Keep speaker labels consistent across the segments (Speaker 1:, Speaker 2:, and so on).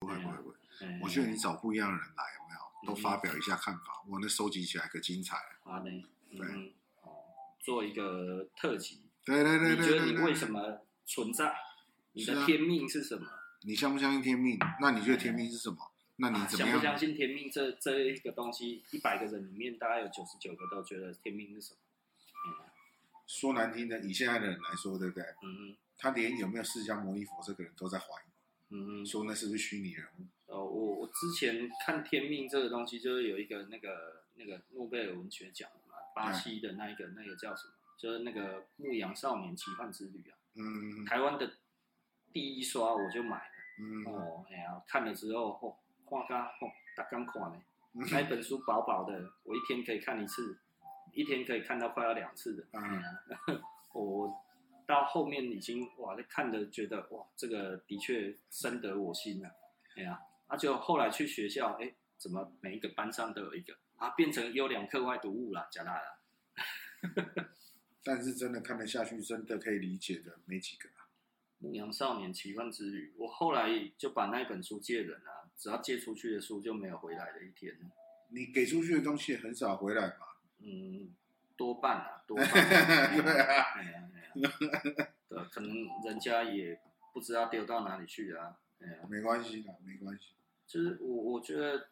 Speaker 1: 啊哎
Speaker 2: 我觉得你找不一样的人来，
Speaker 1: 嗯
Speaker 2: 有没有？都发表一下看法，哇，那收集起来可精彩了。
Speaker 1: 好嘞，嗯
Speaker 2: 对
Speaker 1: 哼，哦，做一个特辑，
Speaker 2: 对对对
Speaker 1: 你
Speaker 2: 对
Speaker 1: 觉
Speaker 2: 对
Speaker 1: 得
Speaker 2: 对。
Speaker 1: 你为
Speaker 2: 对
Speaker 1: 什么存在？你
Speaker 2: 是
Speaker 1: 的
Speaker 2: 啊
Speaker 1: 天命是什么？
Speaker 2: 你相不相信天命？那你觉得天命是什么？那你
Speaker 1: 啊
Speaker 2: 怎么
Speaker 1: 相不
Speaker 2: 样？
Speaker 1: 相信天命这这一个东西？一百个人里面，大概有九十九个都觉得天命是什么？
Speaker 2: 说难听的，以现在的人来说，对不对？
Speaker 1: 嗯哼
Speaker 2: 他连有没有释迦牟尼佛这个人都在怀
Speaker 1: 嗯哼
Speaker 2: 疑，，说那是不是虚拟人物？
Speaker 1: 哦，我我之前看天命这个东西，就是有一个那个那个诺贝尔文学奖嘛，巴西的那一个那个叫什么？就是那个《牧羊少年奇幻之旅》啊，
Speaker 2: 嗯
Speaker 1: 台湾的第一刷我就买了。
Speaker 2: 嗯，
Speaker 1: 哦，哎呀，看了之后，吼、看噶，吼、大刚看呢。
Speaker 2: 嗯
Speaker 1: 那一本书薄薄的，我一天可以看一次，一天可以看到快要两次的。
Speaker 2: 嗯
Speaker 1: 哎呀我到后面已经哇，看的觉得哇，这个的确深得我心了、哎呀，啊，就后来去学校，哎，怎么每一个班上都有一个啊，变成优良课外读物啦，加大啦。
Speaker 2: 但是真的看得下去，真的可以理解的没几个啊。
Speaker 1: 《牧羊少年奇幻之旅》，我后来就把那一本书借人啊，只要借出去的书就没有回来的一天了。
Speaker 2: 你给出去的东西很少回来嘛。，
Speaker 1: 嗯，多半啊，多半、啊
Speaker 2: 对啊
Speaker 1: 哎呀，哎呀，对，可能人家也不知道丢到哪里去啊，哎呀，
Speaker 2: 没关系的，没关系。
Speaker 1: 就是我我觉得，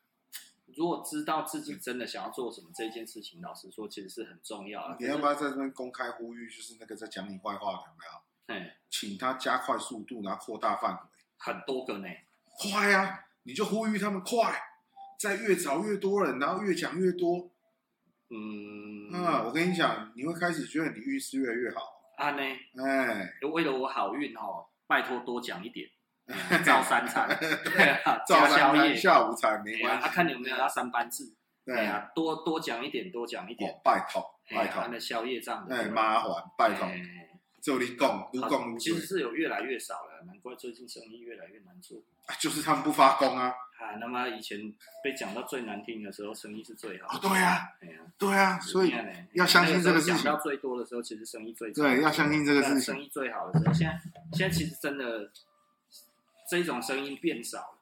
Speaker 1: 如果知道自己真的想要做什么这件事情，老实说，其实啊是很重要的。
Speaker 2: 你要不要在这边公开呼吁，就是那个在讲你坏话的有没有？
Speaker 1: 哎，
Speaker 2: 请他加快速度，然后扩大范围，
Speaker 1: 很多个呢，
Speaker 2: 快啊！你就呼吁他们快，再越找越多人，然后越讲越多。
Speaker 1: 嗯，
Speaker 2: 啊，我跟你讲，你会开始觉得你运势越来越好。
Speaker 1: 啊呢，
Speaker 2: 哎，
Speaker 1: 为了我好运哦，拜托多讲一点，哎 呀照三餐，对啊
Speaker 2: 照
Speaker 1: 加
Speaker 2: 三
Speaker 1: 宵
Speaker 2: 餐
Speaker 1: 夜，
Speaker 2: 下午茶没
Speaker 1: 哎
Speaker 2: 关
Speaker 1: 呀，
Speaker 2: 系。
Speaker 1: 啊看你有没有要三班制，
Speaker 2: 对
Speaker 1: 哎
Speaker 2: 啊，
Speaker 1: 呀，多多讲一点，多讲一点。
Speaker 2: 哦，拜托，拜
Speaker 1: 哎他
Speaker 2: 托，
Speaker 1: 的宵夜账，
Speaker 2: 哎，麻烦，拜托，
Speaker 1: 哎
Speaker 2: 就你讲，如讲如
Speaker 1: 其实
Speaker 2: 对，
Speaker 1: 是有越来越少了，难怪最近生意越来越难做。
Speaker 2: 啊就是他们不发功啊。
Speaker 1: 啊，那么以前被讲到最难听的时候，生意是最好
Speaker 2: 哦，
Speaker 1: 的。
Speaker 2: 对啊，
Speaker 1: 哎呀，
Speaker 2: 对啊，所以
Speaker 1: 怎么样呢
Speaker 2: 要相信这个事情
Speaker 1: 那时候讲到最多的时候，其实生意最差
Speaker 2: 对要相信这个事
Speaker 1: 但
Speaker 2: 情
Speaker 1: 生意最好的时候，现在现在其实真的这种声音变少了，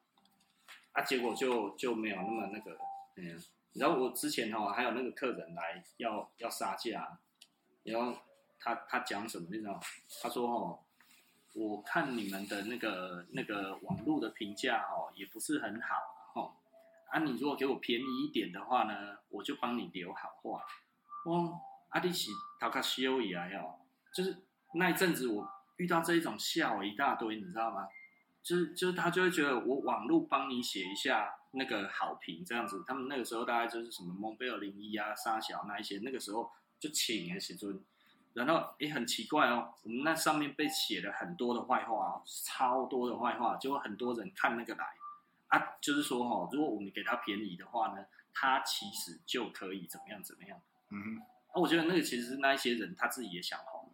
Speaker 1: 啊，结果就就没有那么那个，嗯，你知道我之前哦，还有那个客人来要要杀价，然后他他讲什么你知道吗？他说哦，我看你们的那个那个网络的评价哦，也不是很好哦，啊，你如果给我便宜一点的话呢，我就帮你留好话。哦，啊，你是头壳修以来哦，就是那一阵子我遇到这一种笑我一大堆，你知道吗？就是就是他就会觉得我网络帮你写一下那个好评这样子，他们那个时候大概就是什么蒙贝尔零一啊、沙小那一些，那个时候就请的时尊，然后也很奇怪哦，我们那上面被写了很多的坏话、哦，超多的坏话，结果很多人看那个来啊，就是说哦，如果我们给他便宜的话呢，他其实就可以怎么样怎么样。
Speaker 2: 嗯
Speaker 1: 啊，我觉得那个其实是那一些人他自己也想红，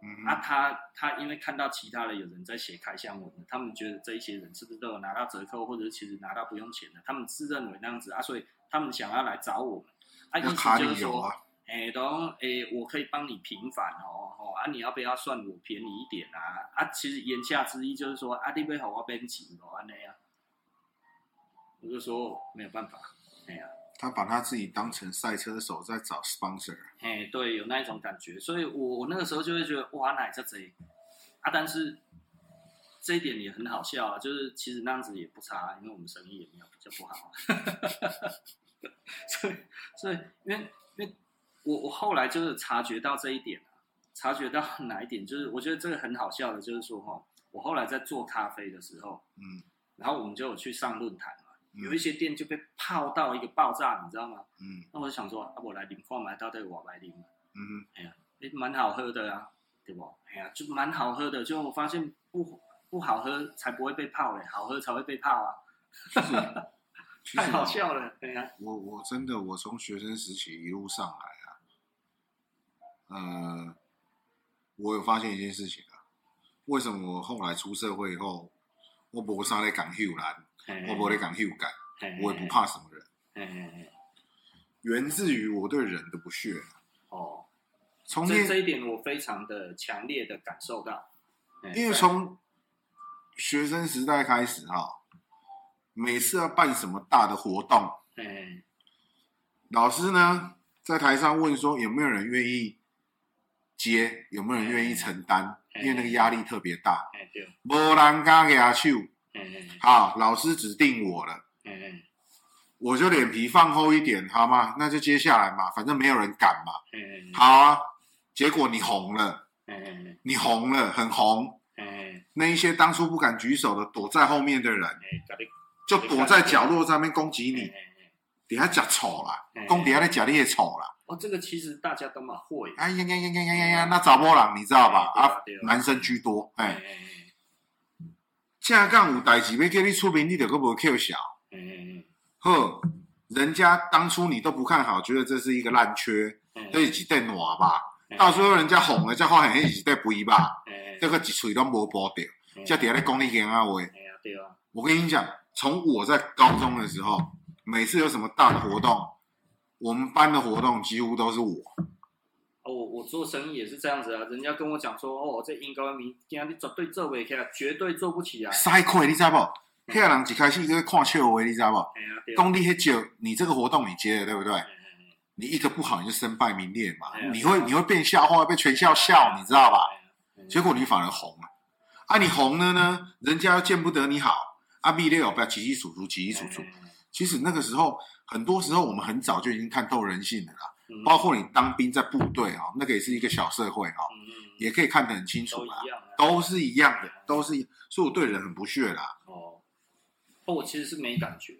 Speaker 2: 哼嗯
Speaker 1: 啊
Speaker 2: 哼，
Speaker 1: 他他因为看到其他的有人在写开箱文的，他们觉得这一些人是不是都有拿到折扣，或者是其实拿到不用钱的，他们自认为那样子啊，所以他们想要来找我们，啊，意
Speaker 2: 要卡
Speaker 1: 思就
Speaker 2: 理
Speaker 1: 是
Speaker 2: 由
Speaker 1: 说，
Speaker 2: 啊，
Speaker 1: 哎、然后哎，我可以帮你平反哦，哦啊，你要不要算我便宜一点啊？啊，其实言下之意就是说，啊，你要好我编辑哦，安那样、我就说没有办法，哎呀、
Speaker 2: 他把他自己当成赛车手在找 sponsor。
Speaker 1: 嘿，对，有那一种感觉，所以我我那个时候就会觉得哇，奶这贼啊！但是这一点也很好笑啊，就是其实那样子也不差，啊因为我们生意也没有比较不好，啊 所以所以因为因为我我后来就是察觉到这一点啊，察觉到 哪一点，就是我觉得这个很好笑的，就是说哈、我后来在做咖啡的时候，
Speaker 2: 嗯
Speaker 1: 然后我们就有去上论坛嘛，
Speaker 2: 嗯
Speaker 1: 有一些店就被泡到一个爆炸，你知道吗？
Speaker 2: 嗯
Speaker 1: 那我就想说，啊，我来领矿买到底我来领。
Speaker 2: 嗯
Speaker 1: 诶，蛮好喝的啊，对不？哎呀，就蛮好喝的，就我发现不不好喝才不会被泡嘞，好喝才会被泡啊，
Speaker 2: 哼，其实
Speaker 1: 太好笑了，啊对呀、
Speaker 2: 我我真的我从学生时期一路上来啊，呃，我有发现一件事情啊，为什么我后来出社会以后，我不上来港 Hugh 啦，
Speaker 1: 嘿
Speaker 2: 我不来港 Hugh 干，
Speaker 1: 嘿
Speaker 2: 我也不怕什么人，
Speaker 1: 嘿嘿嘿嘿
Speaker 2: 源自于我对人的不屑啊。
Speaker 1: 哦，
Speaker 2: 从
Speaker 1: 这这
Speaker 2: 念，
Speaker 1: 一点我非常的强烈的感受到，嘿
Speaker 2: 因为从学生时代开始哈、每次要办什么大的活动，
Speaker 1: 哎，
Speaker 2: 老师呢在台上问说有没有人愿意接，有没有人愿意承担，
Speaker 1: 嗯
Speaker 2: 因为那个压力特别大，
Speaker 1: 哎对，哎
Speaker 2: 没人敢给他去。
Speaker 1: 哎
Speaker 2: 好，老师指定我了，
Speaker 1: 哎哎
Speaker 2: 我就脸皮放厚一点，好吗？那就接下来嘛，反正没有人敢嘛。
Speaker 1: 哎
Speaker 2: 好啊，结果你红了，
Speaker 1: 哎
Speaker 2: 你红了，很红。
Speaker 1: 哎
Speaker 2: 那一些当初不敢举手的，躲在后面的人，
Speaker 1: 哎，搞得
Speaker 2: 就躲在角落上面攻击
Speaker 1: 哎
Speaker 2: 你，
Speaker 1: 哎哎，
Speaker 2: 底下假丑啦
Speaker 1: 嗯，
Speaker 2: 攻底下在假你也丑啦。
Speaker 1: 哦，这个其实大家都蛮会，
Speaker 2: 哎呀呀呀呀呀呀呀！那查某人你知道吧？
Speaker 1: 对啊
Speaker 2: 啊
Speaker 1: 对啊，
Speaker 2: 男生居多。
Speaker 1: 哎
Speaker 2: 哎，
Speaker 1: 哎
Speaker 2: 正讲有代志要叫你出名，你就个无扣小。
Speaker 1: 哎哎
Speaker 2: 呵，人家当初你都不看好，觉得这是一个烂缺，
Speaker 1: 哎，
Speaker 2: 这是一块烂吧？
Speaker 1: 哎
Speaker 2: 到时候人家红了，才发现那是一块肥吧？
Speaker 1: 哎
Speaker 2: 这个一嘴都无补掉，才底下在讲你闲话。
Speaker 1: 哎呀对啊，
Speaker 2: 我跟你讲，从我在高中的时候，每次有什么大的活动，我们班的活动几乎都是我。
Speaker 1: 哦，我我做生意也是这样子啊，人家跟我讲说，哦，这英高明，今天你绝对做不起来，绝对做不起来。哎
Speaker 2: 塞亏，你知道不？迄个人一开始就在看笑话，你知道不？
Speaker 1: 哎呀，对啊，
Speaker 2: 功力很久，你这个活动你接了，对不对
Speaker 1: 哎？哎
Speaker 2: 你一个不好，你就身败名裂嘛
Speaker 1: 哎呀。
Speaker 2: 你会你会变笑话，被全校笑，你知道吧？啊
Speaker 1: 哎
Speaker 2: 结果你反而红了。啊，你红了呢，人家又见不得你好。啊，毕业不要起起楚楚，起起楚楚。其实那个时候，很多时候我们很早就已经看透人性了啦。
Speaker 1: 嗯
Speaker 2: 包括你当兵在部队哦，那个也是一个小社会哦，
Speaker 1: 嗯嗯
Speaker 2: 也可以看得很清楚
Speaker 1: 都
Speaker 2: 啦。
Speaker 1: 一样啊，
Speaker 2: 都是一样的，都是一，所以我对人很不屑啦。
Speaker 1: 哦，哦，我其实是没感觉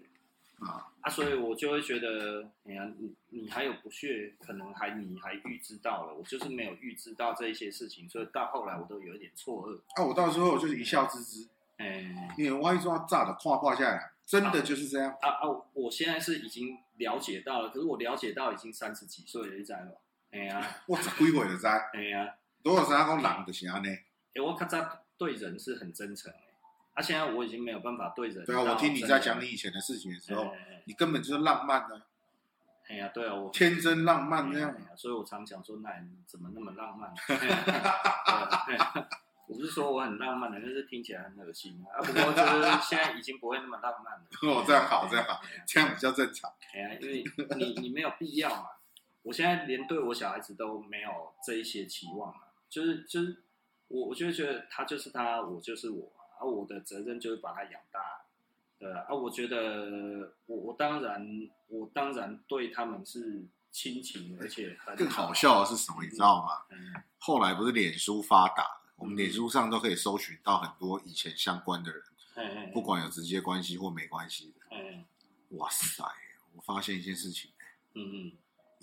Speaker 2: 啊
Speaker 1: 啊，所以我就会觉得，哎呀，你你还有不屑，可能还你还预知到了，我就是没有预知到这一些事情，所以到后来我都有一点错愕。
Speaker 2: 啊，我到时候就是一笑置之，
Speaker 1: 哎，
Speaker 2: 因为万一说炸的跨跨下来，真的就是这样。
Speaker 1: 啊啊，我现在是已经了解到了，可是我了解到已经三十几岁了，你知道吗？哎呀，
Speaker 2: 我十几岁就知，
Speaker 1: 哎呀。
Speaker 2: 多少三讲人就是安尼。
Speaker 1: 欸，我较早对人是很真诚、欸，啊，现在我已经没有办法对人。
Speaker 2: 对啊，我听你在讲你以前的事情的时候，你根本就是浪漫啊，
Speaker 1: 哎呀，对啊，我
Speaker 2: 天真浪漫
Speaker 1: 哎
Speaker 2: 那
Speaker 1: 呀
Speaker 2: 样。
Speaker 1: 哎。呀所以我常讲说，那你怎么那么浪漫？对啊对 啊我不是说我很浪漫的，但是听起来很恶心啊。啊不过就是现在已经不会那么浪漫了
Speaker 2: 哦，这样好，这样好，这样比较正常。
Speaker 1: 哎呀，因为你你没有必要嘛。我现在连对我小孩子都没有这一些期望了，就是就是我我就会觉得他就是他，我就是我啊，啊我的责任就是把他养大，对啊，啊我觉得我我当然我当然对他们是亲情，而且很
Speaker 2: 更好，笑的是什么，你知道吗？
Speaker 1: 嗯，
Speaker 2: 后来不是脸书发达了，我们脸书上都可以搜寻到很多以前相关的人，
Speaker 1: 哎
Speaker 2: 不管有直接关系或没关系的。
Speaker 1: 哎哎
Speaker 2: 哇塞，我发现一件事情，
Speaker 1: 嗯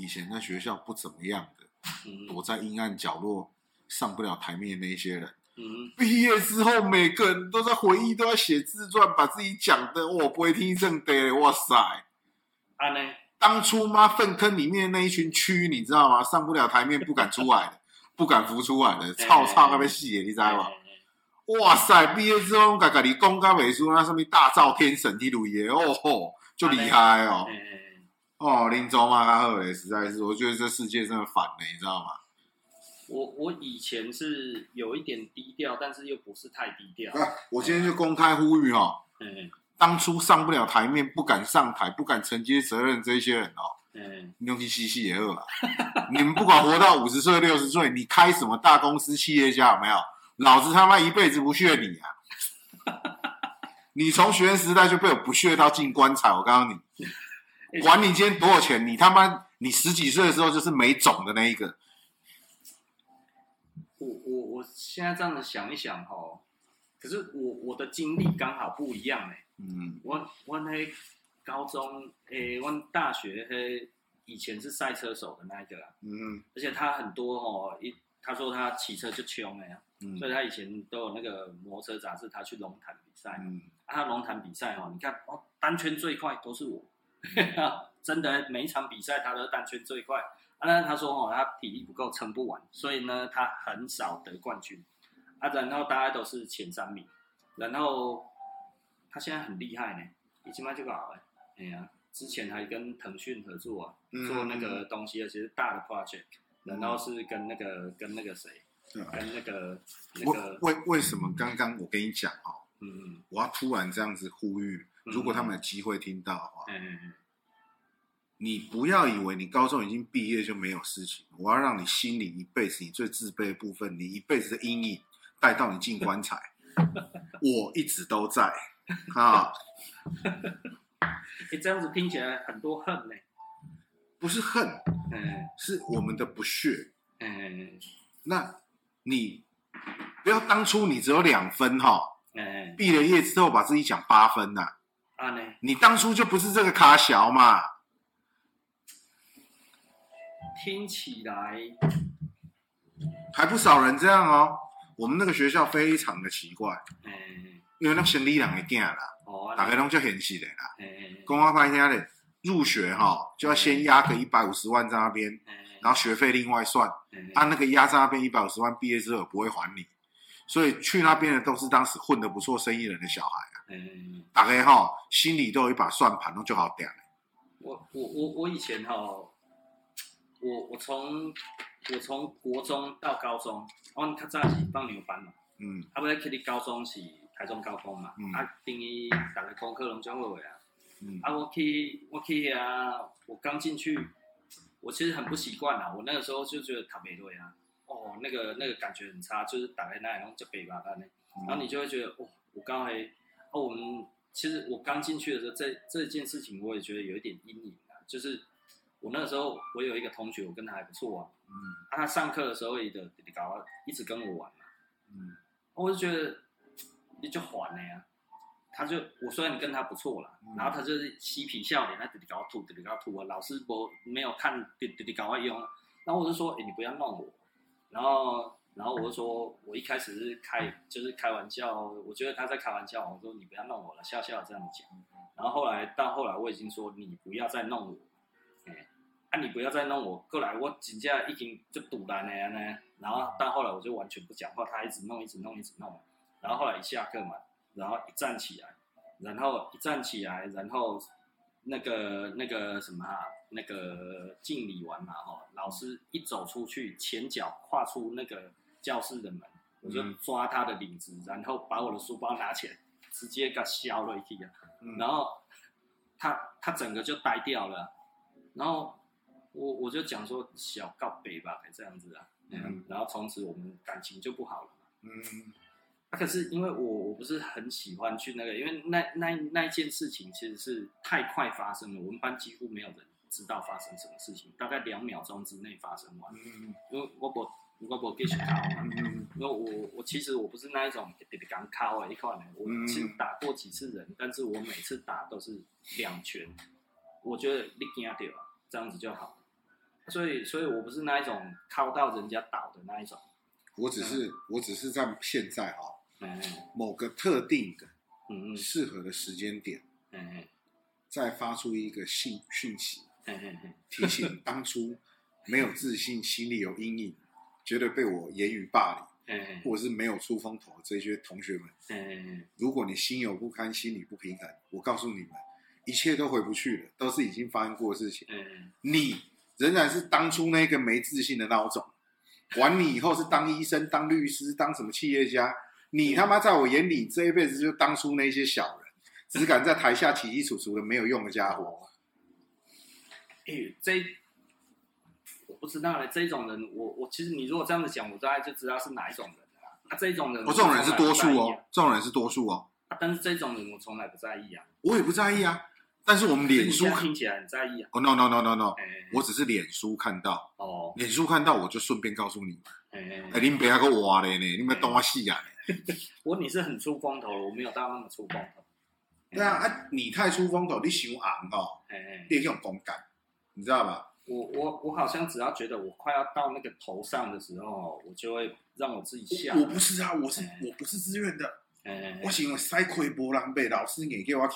Speaker 2: 以前在学校不怎么样的，
Speaker 1: 嗯嗯
Speaker 2: 躲在阴暗角落上不了台面的那一些人，
Speaker 1: 嗯，
Speaker 2: 毕业之后每个人都在回忆，都在写自传，把自己讲的我不会听正的，哇塞！
Speaker 1: 啊呢，
Speaker 2: 当初妈粪坑里面的那一群蛆，你知道吗？上不了台面，不敢出来的，不敢浮出来的，操操那边戏的，你知道吗
Speaker 1: 哎？哎哎
Speaker 2: 哇塞！毕业之后，甲甲你讲甲袂输，那什么大造天神迄类的，哦吼，就厉害哦！
Speaker 1: 哎哎哎
Speaker 2: 哦，林州嘛，他后嘞，实在是，我觉得这世界真的反了，你知道吗？
Speaker 1: 我我以前是有一点低调，但是又不是太低 调，哎
Speaker 2: 啊，我今天就公开呼吁哦，
Speaker 1: 嗯
Speaker 2: 当初上不了台面、不敢上台、不敢承接责任这些人哦，
Speaker 1: 嗯。
Speaker 2: 你用去嬉戏也饿了。 你们不管活到五十岁、六十岁，你开什么大公司、企业家有没有？老子他妈一辈子不屑你啊！ 你从学生时代就被我不屑到进棺材，我告诉你，管你今天多少钱，你他妈你十几岁的时候就是没种的那一个，
Speaker 1: 我我我现在这样子想一想哦，可是我我的经历刚好不一样哎、
Speaker 2: 嗯。
Speaker 1: 我我那高中诶、我大学嘿以前是赛车手的那一个啊，
Speaker 2: 嗯
Speaker 1: 而且他很多哦，一他说他骑车就穷哎、啊，
Speaker 2: 嗯
Speaker 1: 所以他以前都有那个摩托车杂志，他去龙潭比赛嘛，
Speaker 2: 嗯，
Speaker 1: 啊，他龙潭比赛哦，你看哦，单圈最快都是我，
Speaker 2: 嗯
Speaker 1: 啊真的每一场比赛他都是单圈最快。啊，但是他说哦，他体力不够，撑不完，所以呢，他很少得冠军。啊，然后大家都是前三名，然后他现在很厉害呢，已经卖就搞了。哎呀，之前还跟腾讯合作啊，
Speaker 2: 嗯
Speaker 1: 做那个东西，而且是大的 project，然后是跟那个跟那个谁，
Speaker 2: 对啊
Speaker 1: 跟那个那
Speaker 2: 为
Speaker 1: 个，
Speaker 2: 为为什么刚刚我跟你讲哦，
Speaker 1: 嗯嗯
Speaker 2: 我要突然这样子呼吁，如果他们有机会听到的话，
Speaker 1: 嗯嗯嗯
Speaker 2: 你不要以为你高中已经毕业就没有事情，我要让你心里一辈子你最自卑的部分，你一辈子的阴影带到你进棺材，我一直都在啊，
Speaker 1: 诶这样子听起来很多恨呢、
Speaker 2: 不是恨，
Speaker 1: 嗯
Speaker 2: 是我们的不屑。
Speaker 1: 嗯
Speaker 2: 那你不要当初你只有两分哈、
Speaker 1: 嗯，
Speaker 2: 毕了业之后把自己讲八分呐、
Speaker 1: 啊呢，
Speaker 2: 你当初就不是这个卡小嘛，
Speaker 1: 听起来，
Speaker 2: 还不少人这样哦。我们那个学校非常的奇怪，
Speaker 1: 嗯，
Speaker 2: 因为那生理人的囝啦，
Speaker 1: 哦，
Speaker 2: 大
Speaker 1: 啊
Speaker 2: 概
Speaker 1: 呢，
Speaker 2: 拢就现实的啦。
Speaker 1: 嗯
Speaker 2: 公安拍听的入学哈、就要先压个一百五十万在那边，
Speaker 1: 嗯，
Speaker 2: 然后学费另外算。啊
Speaker 1: 嗯
Speaker 2: 按、那个压在那边一百五十万，毕业之后也不会还你，所以去那边的都是当时混得不错生意人的小孩啊。
Speaker 1: 嗯，
Speaker 2: 大概哈、心里都有一把算盘，那就好点了。
Speaker 1: 我我我我以前哈，我我从我从国中到高中，我较早是放牛班嘛，
Speaker 2: 嗯
Speaker 1: 啊，尾去你高中是台中高中嘛，
Speaker 2: 嗯
Speaker 1: 啊，等于大个功课拢教会啊，
Speaker 2: 嗯
Speaker 1: 啊，我去我去啊，我刚进去，我其实很不习惯啊，我那个时候就觉得塔北瑞啊，哦，那个那个感觉很差，就是打在那里然后就北吧那呢，
Speaker 2: 嗯
Speaker 1: 然后你就会觉得，哦，我刚才，哦，我们其实我刚进去的时候，这这件事情我也觉得有一点阴影啊，就是我那个时候我有一个同学，我跟他还不错啊，
Speaker 2: 嗯
Speaker 1: 啊、他上课的时候也的搞到一直跟我玩嘛，
Speaker 2: 嗯
Speaker 1: 我就觉得你就还了呀。他就我虽然跟他不错啦，
Speaker 2: 嗯
Speaker 1: 然后他就是嬉皮笑脸，他滴滴搞吐，滴滴搞吐啊，老师不没有看滴滴滴搞用，然后我就说，哎、你不要弄我，然后然后我就说，我一开始是开就是开玩笑，我觉得他在开玩笑，我说你不要弄我了，笑笑这样讲，然后后来到后来我已经说你不要再弄我，哎、啊你不要再弄我，过来我请假已经就堵了呢呢，然后到后来我就完全不讲话，他一直弄一直弄一直弄，然后后来一下课嘛，然后一站起来，然后一站起来，然后那个那个什么啊，那个敬礼完嘛哈、老师一走出去，前脚跨出那个教室的门，我就
Speaker 2: 嗯
Speaker 1: 抓他的领子，然后把我的书包拿起来，直接给削了一地啊，
Speaker 2: 嗯
Speaker 1: 然后他他整个就呆掉了啊、然后我我就讲说小告别吧，这样子啊，嗯
Speaker 2: 嗯，
Speaker 1: 然后从此我们感情就不好了嘛。
Speaker 2: 嗯
Speaker 1: 啊、可是因为我我不是很喜欢去那个，因为那那那一件事情其实是太快发生了，我们班几乎没有人知道发生什么事情，大概两秒钟之内发生完。
Speaker 2: 嗯
Speaker 1: 因为我不我不继续考嘛，
Speaker 2: 嗯
Speaker 1: 因为我我其实我不是那一种特别敢考的一块呢，我
Speaker 2: 嗯
Speaker 1: 其实打过几次人，但是我每次打都是两拳，我觉得你惊掉啊，这样子就好。所以所以我不是那一种靠到人家倒的那一种，
Speaker 2: 我只是我只是在现在哈、
Speaker 1: 嗯
Speaker 2: 某个特定的
Speaker 1: 嗯嗯
Speaker 2: 适合的时间点，
Speaker 1: 嗯
Speaker 2: 再发出一个信讯息，
Speaker 1: 嗯嗯嗯，
Speaker 2: 提醒当初没有自信、心里有阴影、觉得被我言语霸
Speaker 1: 嗯
Speaker 2: 凌，或者是没有出风头的这些同学们，
Speaker 1: 嗯
Speaker 2: 如果你心有不甘、心里不平衡，我告诉你们，一切都回不去了，都是已经发生过的事情。
Speaker 1: 嗯
Speaker 2: 你仍然是当初那个没自信的孬种，管你以后是当医生、当律师、当什么企业家，你他妈在我眼里这一辈子就当初那些小人，只敢在台下起起楚楚的没有用的家伙。
Speaker 1: 欸，这一我不知道嘞，这一种人，我我其实你如果这样子讲，我大概就知道是哪一种人了啦。啊，这一种人，
Speaker 2: 哦我、这种人是多数
Speaker 1: 我从来不在意
Speaker 2: 哦
Speaker 1: 啊，
Speaker 2: 这种人是多数哦，
Speaker 1: 啊但是这种人我从来不在意啊。
Speaker 2: 我也不在意啊。但是我们脸书
Speaker 1: 你现，在听起来很在意啊。
Speaker 2: 哦、no no no no no，
Speaker 1: 哎、
Speaker 2: 我只是脸书看到，
Speaker 1: 哦，
Speaker 2: 脸书看到我就顺便告诉你，
Speaker 1: 哎、
Speaker 2: 哎、你们不要给我挖嘞呢，你们懂我戏啊。
Speaker 1: 我你是很出风头了，我没有到那么出风头。
Speaker 2: 对啊，啊，你太出风头，你想昂哦，
Speaker 1: 哎、哎
Speaker 2: 你用公干，你知道吧？
Speaker 1: 我我我好像只要觉得我快要到那个头上的时候，我就会让我自己下
Speaker 2: 我。我不是啊，我是
Speaker 1: 嗯
Speaker 2: 我不是自愿的，
Speaker 1: 哎、哎
Speaker 2: 我是因为塞亏波浪被老师硬叫我去，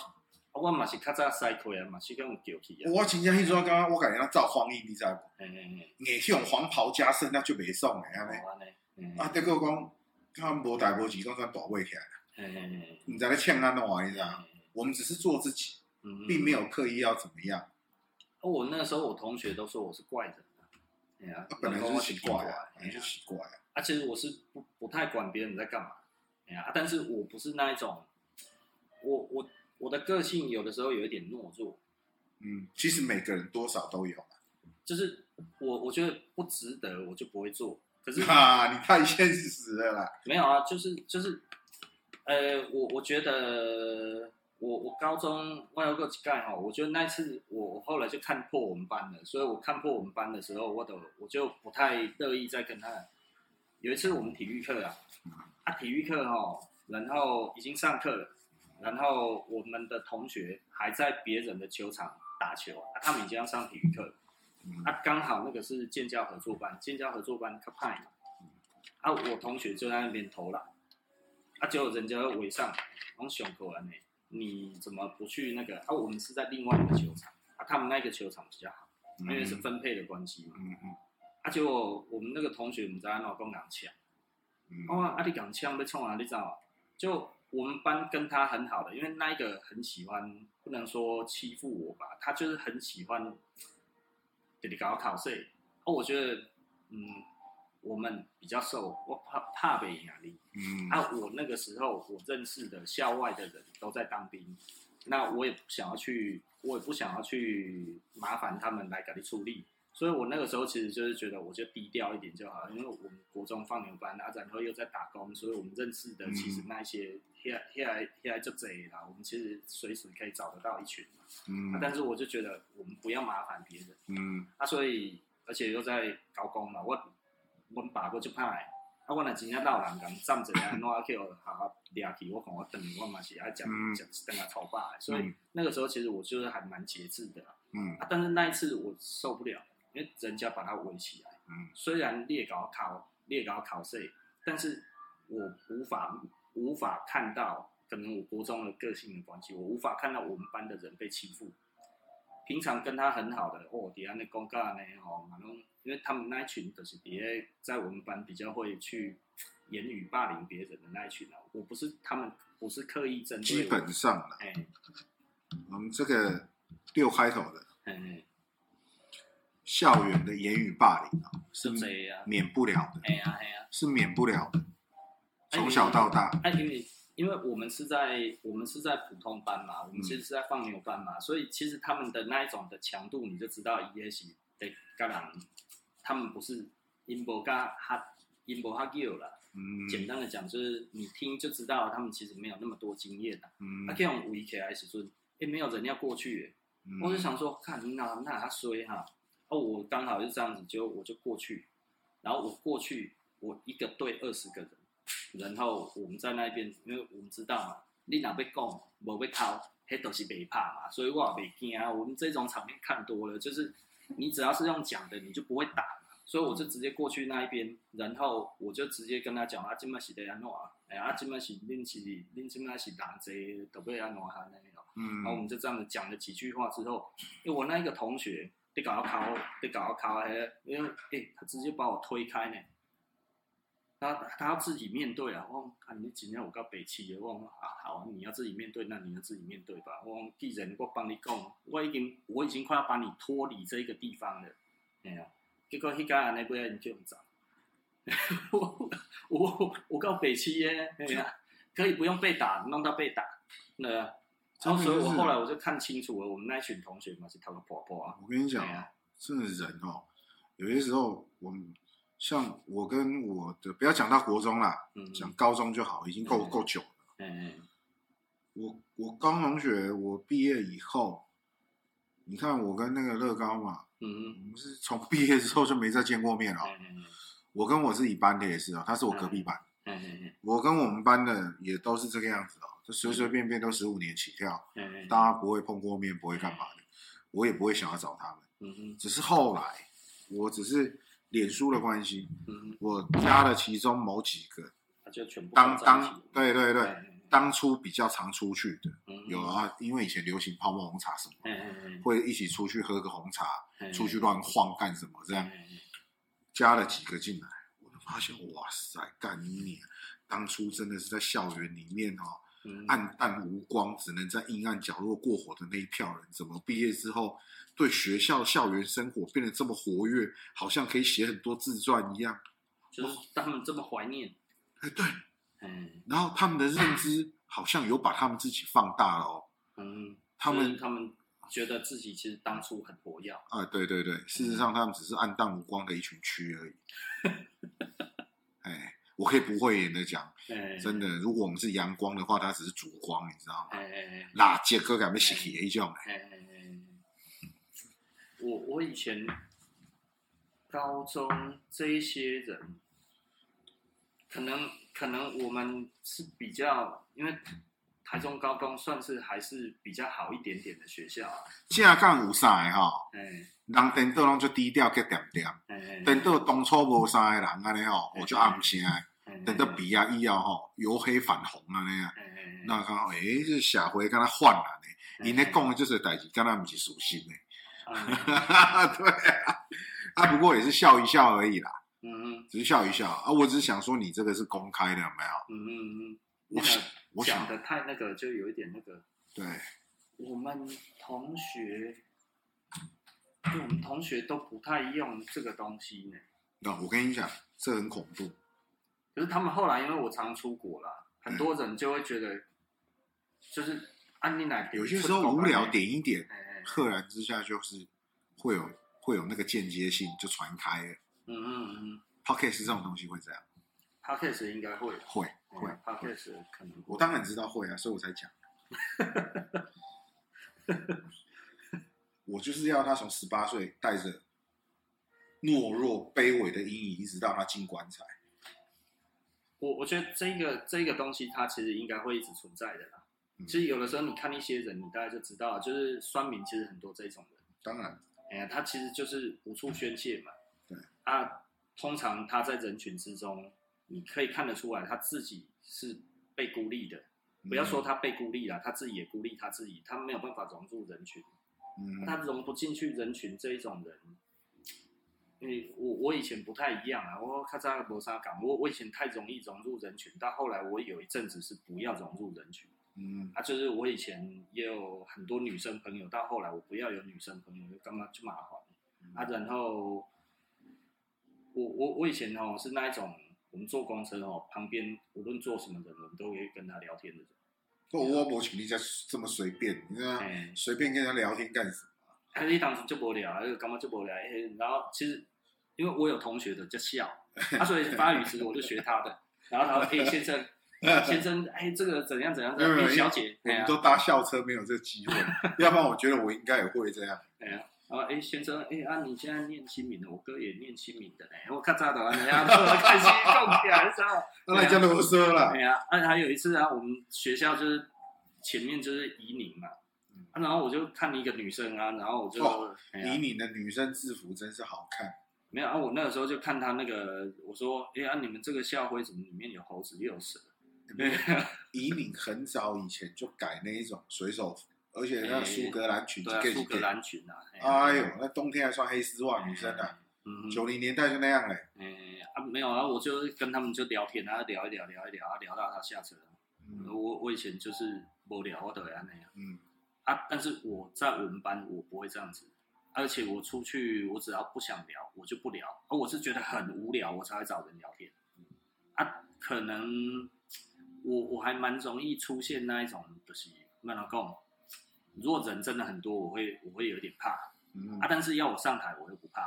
Speaker 1: 我嘛是较早塞开啊，嘛是跟我丢去啊。
Speaker 2: 我真正迄阵刚刚我感觉他造荒音，你知道无？
Speaker 1: 哎、哎
Speaker 2: 硬去用黄袍加身，那就袂爽的安
Speaker 1: 哎，
Speaker 2: 尼。
Speaker 1: 好安尼。嗯
Speaker 2: 啊，结果讲他们无代无志，讲咱大尾起来，
Speaker 1: 哎哎哎
Speaker 2: 毋知咧欠安怎样，你知道吗？
Speaker 1: 嗯
Speaker 2: 我们只是做自己，
Speaker 1: 嗯
Speaker 2: 并没有刻意要怎么样。
Speaker 1: 哦，我那时候我同学都说我是怪人啊，哎呀、
Speaker 2: 啊、本来
Speaker 1: 然后
Speaker 2: 就
Speaker 1: 我
Speaker 2: 是奇怪
Speaker 1: 啊
Speaker 2: 啊，，
Speaker 1: 哎
Speaker 2: 本来就、
Speaker 1: 呀
Speaker 2: 奇怪啊。
Speaker 1: 啊，其实我是不不太管别人在干嘛，哎呀、啊但是我不是那一种，我我我的个性有的时候有一点懦弱，
Speaker 2: 嗯，其实每个人多少都有啊。
Speaker 1: 就是我我觉得不值得，我就不会做。可是
Speaker 2: 啊，你太现实了啦。
Speaker 1: 没有啊，就是就是，呃，我我觉得我我高中外国乞丐哈，我觉得那次我我后来就看破我们班了，所以我看破我们班的时候，我的我就不太乐意再跟他。有一次我们体育课啊，啊体育课哈，然后已经上课了，然后我们的同学还在别人的球场打球，啊、他们已经要上体育课了，
Speaker 2: 嗯
Speaker 1: 啊刚好那个是建教合作班，建教合作班他派嘛。啊，我同学就在那边投篮，啊，结果人家围上来，然后熊口安呢，你怎么不去那个？啊，我们是在另外一个球场，啊，他们那个球场比较好，因为是分配的关系嘛。
Speaker 2: 嗯嗯
Speaker 1: 啊，结果我们那个同学，我们在那讲港腔，
Speaker 2: 嗯
Speaker 1: 我讲啊，你港腔被冲啊，你知道吗？就我们班跟他很好的，因为那一个很喜欢，不能说欺负我吧，他就是很喜欢给你搞考试。哦，我觉得，嗯，我们比较瘦，我怕怕被压力。
Speaker 2: 嗯
Speaker 1: 啊，我那个时候我认识的校外的人都在当兵，那我也不想要去，我也不想要去麻烦他们来给你处理，所以我那个时候其实就是觉得我就低调一点就好，因为我们国中放牛班啊，然后又在打工，所以我们认识的其实那一些现现来现来就贼啦，我们其实随时可以找得到一群嘛、啊
Speaker 2: 嗯
Speaker 1: 但是我就觉得我们不要麻烦别人。
Speaker 2: 嗯
Speaker 1: 啊，所以而且又在高工嘛，我我爸我就怕的，啊，我若真正闹人咁站着啊，弄啊去，好好掠去，我讲我等我嘛是爱讲
Speaker 2: 嗯
Speaker 1: 讲等下吵啊爸的，所以
Speaker 2: 嗯
Speaker 1: 那个时候其实我就是还蛮节制的啊
Speaker 2: 嗯
Speaker 1: 啊，但是那一次我受不了，因为人家把他围起来，
Speaker 2: 嗯
Speaker 1: 虽然列搞考列搞考试，但是我无法无法看到，可能我国中的个性的关系，我无法看到我们班的人被欺负。平常跟他很好的哦，底下那公告呢哦，马龙，因为他们那一群都是底下在我们班比较会去言语霸凌别人的那一群啊，我不是他们不是刻意针对我，
Speaker 2: 基本啊上了，
Speaker 1: 哎
Speaker 2: 我们这个六开头的
Speaker 1: 哎哎，
Speaker 2: 校园的言语霸凌啊，
Speaker 1: 是这样，
Speaker 2: 免不了的，
Speaker 1: 哎呀哎呀。
Speaker 2: 是免不了的，从小到大，
Speaker 1: 哎，因为因为我们是在我们是在普通班嘛，我们其实是在放牛班嘛，所以其实他们的那一种的强度，你就知道伊也是得干人，他们不是因波嘎哈因波哈 g 啦。
Speaker 2: 嗯
Speaker 1: 简单的讲，就是你听就知道他们其实没有那么多经验的、啊。
Speaker 2: 嗯
Speaker 1: 啊，这种围起来的时阵，也、没有人要过去、欸，
Speaker 2: 嗯
Speaker 1: 我就想说，看你哪哪他衰哈、哦，我刚好就这样子，就我就过去，然后我过去，我一个队二十个人，然后我们在那边，因为我们知道嘛，你哪被讲，无要靠，迄都是被怕嘛，所以我也袂惊啊。我们这种场面看多了，就是你只要是用讲的，你就不会打嘛，所以我就直接过去那一边，然后我就直接跟他讲啊，今麦是得安怎啊，哎啊，今麦是恁是恁今麦是人侪，都要安怎啊安尼咯。然哦后我
Speaker 2: 嗯
Speaker 1: 们就这样子讲了几句话之后，因为我那一个同学被搞到考，被搞到考，还因为哎，他直接把我推开呢。他他要自己面对啊！我讲看你今天有到北气的，我讲啊好啊，你要自己面对，那你要自己面对吧。我讲既然我帮你讲，我已经我已经快要把你脱离这个地方了，哎呀、结果迄个安尼过来你就唔走， 我我我到北气耶，哎呀、可以不用被打，弄到被打，那、然后所以我后来我就看清楚了，我们那一群同学嘛是他们婆婆啊，
Speaker 2: 我跟你讲
Speaker 1: 哎
Speaker 2: 啊
Speaker 1: 呀，
Speaker 2: 真的人哦，有些时候我们像我跟我的，不要讲到国中啦，
Speaker 1: 嗯，
Speaker 2: 讲高中就好，已经够
Speaker 1: 嗯
Speaker 2: 够久了。
Speaker 1: 嗯
Speaker 2: 我我高中同学，我毕业以后，你看我跟那个乐高嘛，我
Speaker 1: 嗯
Speaker 2: 们是从毕业之后就没再见过面了。哦
Speaker 1: 嗯
Speaker 2: 我跟我是一班的也是哦，他是我隔壁班，
Speaker 1: 嗯
Speaker 2: 我跟我们班的也都是这个样子哦，就随随便便都十五年起跳，
Speaker 1: 嗯，
Speaker 2: 大家不会碰过面，不会干嘛的，我也不会想要找他们。
Speaker 1: 嗯
Speaker 2: 只是后来，我只是脸书的关系，
Speaker 1: 嗯，
Speaker 2: 我加了其中某几个，
Speaker 1: 他就全部
Speaker 2: 当当对对对，
Speaker 1: 对，
Speaker 2: 当初比较常出去的，有，啊，因为以前流行泡沫红茶什么，
Speaker 1: 嗯
Speaker 2: 会一起出去喝个红茶，
Speaker 1: 嗯，
Speaker 2: 出去乱晃干什么这
Speaker 1: 哎
Speaker 2: 样，加了几个进来，我就发现哇塞，干你娘！当初真的是在校园里面哦，
Speaker 1: 嗯
Speaker 2: 暗淡无光，只能在阴暗角落过活的那一票人，怎么毕业之后对学校校园生活变得这么活跃，好像可以写很多自传一样？
Speaker 1: 就是他们这么怀念，
Speaker 2: 哎，对，
Speaker 1: 嗯
Speaker 2: 然后他们的认知好像有把他们自己放大了哦，
Speaker 1: 嗯，
Speaker 2: 他们
Speaker 1: 就是他们觉得自己其实当初很活跃，
Speaker 2: 啊，对对对，事实上他们只是暗淡无光的一群蛆 而已。哎，我可以不讳言的讲，
Speaker 1: 哎，
Speaker 2: 真的，如果我们是阳光的话，它只是烛光，你知道
Speaker 1: 哎，
Speaker 2: 吗？
Speaker 1: 哎哎
Speaker 2: 垃圾哥敢被洗起的一种，
Speaker 1: 哎哎，哎我我以前高中这一些人，可能可能我们是比较，因为台中高工算是还是比较好一点点的学校啊，
Speaker 2: 正杠有啥的吼，
Speaker 1: 哎
Speaker 2: 人等到拢就低调个点点，
Speaker 1: 哎哎，
Speaker 2: 等到当初无啥的人安尼
Speaker 1: 嗯
Speaker 2: 吼，我就暗声的，
Speaker 1: 哎
Speaker 2: 等到，比啊以后吼，由黑反红安尼啊，
Speaker 1: 哎哎哎，
Speaker 2: 那讲诶，这社会敢若反啊呢？因咧讲的这些代志，敢若毋是属实的。
Speaker 1: 嗯，
Speaker 2: 对啊，啊，不过也是笑一笑而已啦，
Speaker 1: 嗯嗯
Speaker 2: 只是笑一笑啊。我只是想说，你这个是公开的，有没有？
Speaker 1: 嗯嗯嗯，
Speaker 2: 我
Speaker 1: 那个
Speaker 2: 想，我
Speaker 1: 讲
Speaker 2: 想，
Speaker 1: 的太那个，就有一点那个。
Speaker 2: 对，
Speaker 1: 我们同学，因为我们同学都不太用这个东西呢。
Speaker 2: 那我跟你讲，这很恐
Speaker 1: 嗯
Speaker 2: 怖。
Speaker 1: 可是他们后来，因为我常出国啦，很多人就会觉得，就是啊安利奶瓶
Speaker 2: 有些时
Speaker 1: 啊
Speaker 2: 候无聊，点一点，
Speaker 1: 哎哎
Speaker 2: 赫然之下就是会有会有那个间接性就传开了。
Speaker 1: 嗯嗯嗯
Speaker 2: Podcast 这种东西会这样，
Speaker 1: ，Podcast 应该会，
Speaker 2: 会会，
Speaker 1: 嗯，Podcast 可能
Speaker 2: 我
Speaker 1: 会，
Speaker 2: 当然知道会啊，所以我才 讲。我就是要他从十八岁带着懦弱、卑微的阴影，一直到他进棺材。
Speaker 1: 我我觉得这个这个东西它其实应该会一直存在的啦。
Speaker 2: 嗯
Speaker 1: 其实有的时候你看一些人，你大概就知道，就是酸民其实很多这种人。
Speaker 2: 当然，
Speaker 1: 哎呀，他其实就是无处宣泄嘛。
Speaker 2: 嗯对
Speaker 1: 啊，通常他在人群之中，你可以看得出来他自己是被孤立的。不要说
Speaker 2: 嗯
Speaker 1: 他被孤立了，他自己也孤立他自己，他没有办法融入人群，
Speaker 2: 嗯，
Speaker 1: 他融不进去人群这一种人。因为我我以前不太一样啊，我咔嚓没啥感，我我以前太容易融入人群，到后来我有一阵子是不要融入人群。
Speaker 2: 嗯，
Speaker 1: 啊，就是我以前也有很多女生朋友，到后来我不要有女生朋友，就干嘛就麻烦啊。然后我我我以前哦是那一种，我们坐公车哦，旁边无论坐什么人，我们都会跟他聊天的人。
Speaker 2: 那我伯请你在这么随便，你这样
Speaker 1: 哎、
Speaker 2: 随便跟人家聊天干什么？
Speaker 1: 啊，你当时就无聊，就干嘛就无聊。哎然后其实因为我有同学的就笑，啊，所以发语词我就学他的。 然后他说：“哎、先生，先生，哎、这个怎样怎样怎样，
Speaker 2: 没有没
Speaker 1: 哎
Speaker 2: 有
Speaker 1: 小姐，
Speaker 2: 我
Speaker 1: 哎呀
Speaker 2: 们，都搭校车没有这机 会，要不然我觉得我应该也会这样。
Speaker 1: 哎呀，然后哎，先生，哎啊，你现在念清明的，我哥也念清明的嘞，我看咋的，人家都看清供起来道？
Speaker 2: 那人家啰嗦了
Speaker 1: 哎，呀，啊，还有一次啊，我们学校就是前面就是移宁嘛，
Speaker 2: 嗯
Speaker 1: 啊然后我就看一个女生啊，然后我就、
Speaker 2: 哦
Speaker 1: 哎呀
Speaker 2: 以你的女生制服真是好看。
Speaker 1: 没有啊，我那个时候就看她那个，我说，哎啊，你们这个校徽怎么里面有猴子又有蛇？对，
Speaker 2: 以你很早以前就改那一种水手服，而且那苏格兰裙
Speaker 1: 哎对啊，
Speaker 2: 更
Speaker 1: 苏格，兰裙啊，呀
Speaker 2: 哎呦，，那冬天还穿黑丝袜，女生啊，
Speaker 1: 嗯，
Speaker 2: 九零年代就那样嘞。
Speaker 1: 哎、啊没有啊，我就跟他们就聊天啊，聊一聊，聊一聊，啊聊到他下车了。
Speaker 2: 嗯
Speaker 1: 我我以前就是无聊，我都会安尼啊。
Speaker 2: 嗯，
Speaker 1: 啊，但是我在我们班我不会这样子，而且我出去我只要不想聊，我就不聊。而我是觉得很无聊，我才会找人聊天。啊，可能我我还蛮容易出现那一种，就是慢老讲，如果人真的很多，我会我会有点怕
Speaker 2: 嗯
Speaker 1: 啊。但是要我上台，我又不怕，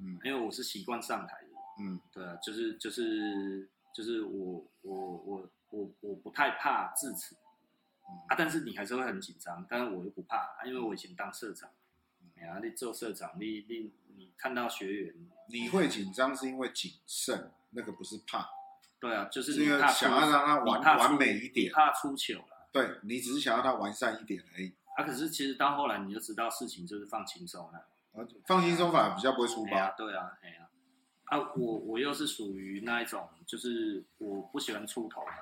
Speaker 2: 嗯
Speaker 1: 因为我是习惯上台的。
Speaker 2: 嗯
Speaker 1: 对啊，就是就是就是我我我我我不太怕致辞啊，但是你还是会很紧张，但是我又不怕啊，因为我以前当社长，哎呀、你做社长，你你你看到学员，
Speaker 2: 你会紧张是因为谨慎，那个不是怕，
Speaker 1: 对啊，就是
Speaker 2: 是
Speaker 1: 你
Speaker 2: 因为
Speaker 1: 怕
Speaker 2: 想要让它
Speaker 1: 出
Speaker 2: 完
Speaker 1: 你怕出
Speaker 2: 完美一
Speaker 1: 你
Speaker 2: 点。
Speaker 1: 怕出糗了
Speaker 2: 对你只是想要它完善一点而已，
Speaker 1: 啊，可是其实到后来你就知道事情就是放轻松了，
Speaker 2: 然后放轻松反而比较不会出
Speaker 1: 哎
Speaker 2: 包。，
Speaker 1: 呀哎对啊，哎呀、啊，我我又是属于那一种，就是我不喜欢出头嘛，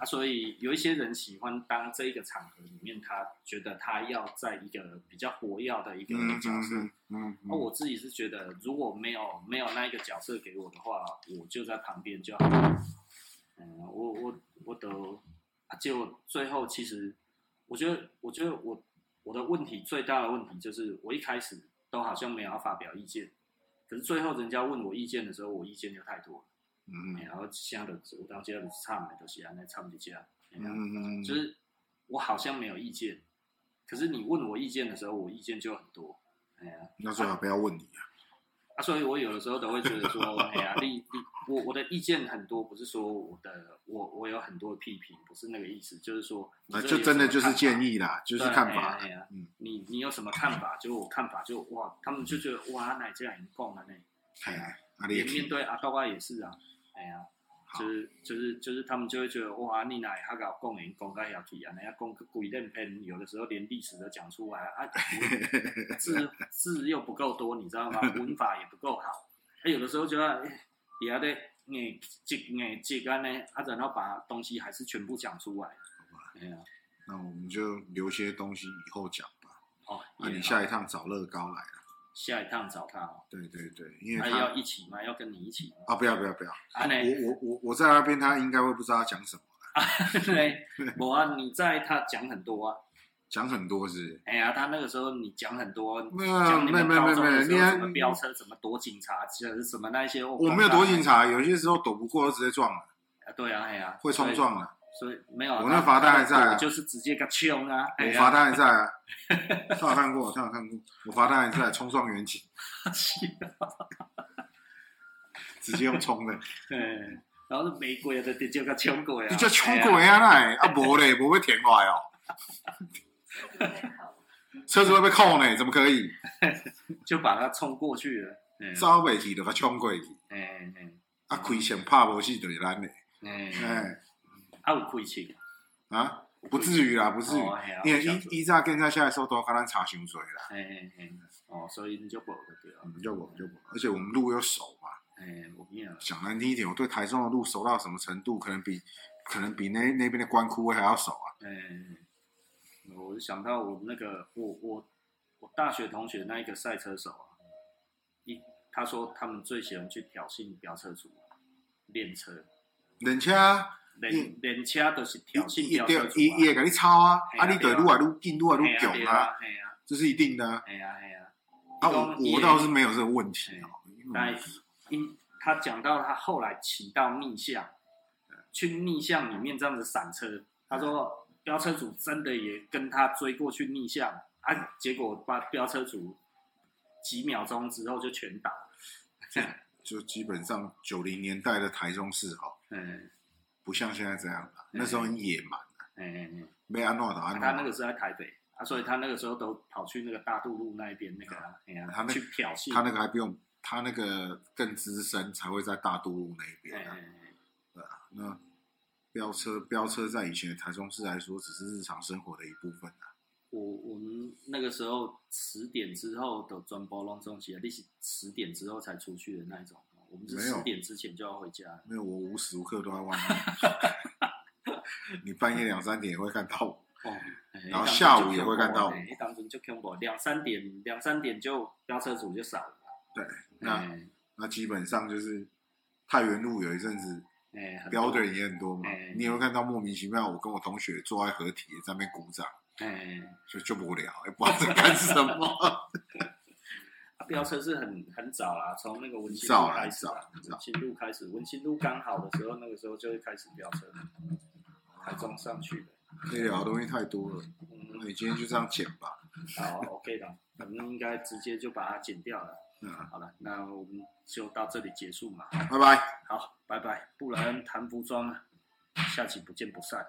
Speaker 1: 啊，所以有一些人喜欢当这一个场合里面，他觉得他要在一个比较活跃的一个
Speaker 2: 嗯
Speaker 1: 角色。
Speaker 2: 嗯嗯
Speaker 1: 那、
Speaker 2: 嗯，
Speaker 1: 我自己是觉得，如果没有没有那一个角色给我的话，我就在旁边就好了。嗯，我我我都，啊，就最后其实，我觉得我觉得我我的问题最大的问题就是，我一开始都好像没有要发表意见，可是最后人家问我意见的时候，我意见就太多了。
Speaker 2: 嗯
Speaker 1: 然后现在的我当时的差没就是安尼差不多这样，
Speaker 2: 嗯嗯，
Speaker 1: 就是我好像没有意见，可是你问我意见的时候，我意见就很多，哎呀、
Speaker 2: 那最好不要问你啊。
Speaker 1: 啊，所以我有的时候都会觉得说，哎呀，你你我我的意见很多，不是说我的我我有很多的批评，不是那个意思，就是说，你
Speaker 2: 那
Speaker 1: 这
Speaker 2: 就
Speaker 1: 有
Speaker 2: 真的
Speaker 1: 什么
Speaker 2: 就是
Speaker 1: 看法
Speaker 2: 建，议啦，就是
Speaker 1: 对
Speaker 2: 看
Speaker 1: 哎
Speaker 2: 法
Speaker 1: 呀。哎呀
Speaker 2: 嗯，
Speaker 1: 你你有什么看法？就我看法就哇，他们就觉得哇，奶这样已经够了呢。
Speaker 2: 哎呀，哪里
Speaker 1: 也
Speaker 2: 也可
Speaker 1: 面
Speaker 2: 以。
Speaker 1: 对阿道啊也是啊，哎呀、
Speaker 2: 好
Speaker 1: 就是就是就是他们就会觉得哇，你哪他搞共赢，公开要去啊，人家公鬼认偏，有的时候连历史都讲出来 啊，字字又不够多，你知道吗？文法也不够好，啊，有的时候就要也要得硬挤硬挤干呢，啊，然后把东西还是全部讲出来，哎呀、
Speaker 2: 那我们就留些东西以后讲吧。
Speaker 1: 哦，
Speaker 2: 那啊
Speaker 1: 也
Speaker 2: 你
Speaker 1: 好
Speaker 2: 下一趟找乐高来啊？
Speaker 1: 下一趟找他哦，
Speaker 2: 对对对，因
Speaker 1: 他
Speaker 2: 为
Speaker 1: 要
Speaker 2: 他
Speaker 1: 一起吗？要跟你一起吗？
Speaker 2: 啊，不要不要不要，
Speaker 1: 啊，那
Speaker 2: 我我我我在那边，他应该会不知道他讲什么，
Speaker 1: 对，我啊，你在他讲很多啊。
Speaker 2: 讲很多是不是。
Speaker 1: 哎呀，他那个时候你讲很多，
Speaker 2: 没
Speaker 1: 讲
Speaker 2: 有
Speaker 1: 你
Speaker 2: 嗯没有
Speaker 1: 们
Speaker 2: 没有
Speaker 1: 高
Speaker 2: 没有
Speaker 1: 中的时
Speaker 2: 没
Speaker 1: 候
Speaker 2: 有
Speaker 1: 怎，么
Speaker 2: 你
Speaker 1: 飙车，怎么躲警察，就是什么那些。
Speaker 2: 我没有躲警。察，有些时候躲不过就直接撞了，
Speaker 1: 啊对啊，哎呀，
Speaker 2: 会冲撞了。
Speaker 1: 所以。所以没有啊。
Speaker 2: 我那罚单还在啊
Speaker 1: 我就是直接个冲啊！哎
Speaker 2: 我
Speaker 1: 呀
Speaker 2: 罚，单还在啊， 他有看过，他有看过，我罚单还在，冲撞远景，直接用冲的，
Speaker 1: 嗯，然后是玫瑰的直接个冲过啊！
Speaker 2: 你叫冲
Speaker 1: 哎
Speaker 2: 鬼啊
Speaker 1: 呀
Speaker 2: 那，啊无嘞，无会填坏哦，车子会被扣呢，怎么可以？
Speaker 1: 就把他冲过去了。嗯
Speaker 2: 走袂去就甲冲过去，
Speaker 1: 哎哎
Speaker 2: 啊亏钱拍无死就是咱的，
Speaker 1: 哎哎，
Speaker 2: 哎
Speaker 1: 啊有亏钱啊，
Speaker 2: 啊不至于啦，不至于
Speaker 1: 哦嘿啊，
Speaker 2: 因为
Speaker 1: 我想说
Speaker 2: 伊伊早警察下来的时候都甲咱查伤侪啦，
Speaker 1: 哎哎哎，哦，所以你就保得对了啊
Speaker 2: 我。们嗯就我就不，而且我们路又熟嘛，
Speaker 1: 哎，我跟你讲，
Speaker 2: 讲难听一点，我对台中的路熟到什么程度，可能比可能比那那边的关枯位还要熟啊，
Speaker 1: 嗯，我想到我那个我我我大学同学那一个赛车手啊，一他说他们最喜欢去挑衅飙车族啊练车，
Speaker 2: 人家。嗯
Speaker 1: 练练车都是嗯挑衅
Speaker 2: 啊伊
Speaker 1: 飙
Speaker 2: 对
Speaker 1: 车族
Speaker 2: 伊伊会甲你抄啊，
Speaker 1: 嘿啊
Speaker 2: 啊你就愈来愈近，愈来愈强
Speaker 1: 哎
Speaker 2: 啊，
Speaker 1: 呀，哎呀，
Speaker 2: 这是一定的啊。
Speaker 1: 哎呀，哎呀，
Speaker 2: 啊
Speaker 1: 你
Speaker 2: 我
Speaker 1: 讲伊
Speaker 2: 我
Speaker 1: 的
Speaker 2: 倒是没有这个问题哦，
Speaker 1: 啊
Speaker 2: 因
Speaker 1: 但
Speaker 2: 为
Speaker 1: 因他讲到他后来骑到逆向，去逆向里面这样子闪车，他说飙车主真的也跟他追过去逆向啊，结果把飙车主几秒钟之后就全倒。
Speaker 2: 就基本上九零年代的台中市哈，
Speaker 1: 嗯
Speaker 2: 不像现在这样了，那时候很野蛮，
Speaker 1: 嗯，
Speaker 2: 被安诺的
Speaker 1: 哎啊
Speaker 2: 安
Speaker 1: 他那
Speaker 2: 诺
Speaker 1: 个
Speaker 2: 倒，
Speaker 1: 是在台北啊，所以他那个时候都跑去那个大渡路那一边那个啊，哎呀，
Speaker 2: 他那
Speaker 1: 去挑衅
Speaker 2: 他那个还不用，他那个更资深才会在大都路那边啊。
Speaker 1: 嗯
Speaker 2: 那飙车飙车在以前的台中市来说，只是日常生活的一部分啊。
Speaker 1: 我我们那个时候十点之后的转播隆中期，你是十点之后才出去的那一种，哦我们是
Speaker 2: 没有
Speaker 1: 十点之前就要回家了。
Speaker 2: 因为我无时无刻都在外面， 你半夜两三点也会看到我。
Speaker 1: 哦，哎
Speaker 2: 然后下午也会看到
Speaker 1: 一哎当中就 c o 两三点两三点就飙车组就少了啦。
Speaker 2: 对，那
Speaker 1: 哎
Speaker 2: 那基本上就是太原路有一阵子
Speaker 1: 哎，很多
Speaker 2: 标的人也很多嘛
Speaker 1: 哎，
Speaker 2: 你也会看到莫名其妙，我跟我同学坐在合体在那边鼓掌，
Speaker 1: 哎，
Speaker 2: 就就不聊，也不知道在干什 么。
Speaker 1: 啊飙车是很很早啦，从那个文心
Speaker 2: 早
Speaker 1: 路
Speaker 2: 啦
Speaker 1: 开始
Speaker 2: 早
Speaker 1: 啦
Speaker 2: 啦，早
Speaker 1: 文心路开始，文心路刚好的时候，那个时候就会开始飙车，台中上去的。
Speaker 2: 可以聊的东西太多了，
Speaker 1: 嗯
Speaker 2: 那，你今天就这样剪吧。
Speaker 1: 好，OK 的，我们应该直接就把它剪掉了。
Speaker 2: 嗯，
Speaker 1: 好了，那我们就到这里结束嘛。
Speaker 2: 拜拜。
Speaker 1: 好，拜拜，不然谈服装啊，下期不见不散。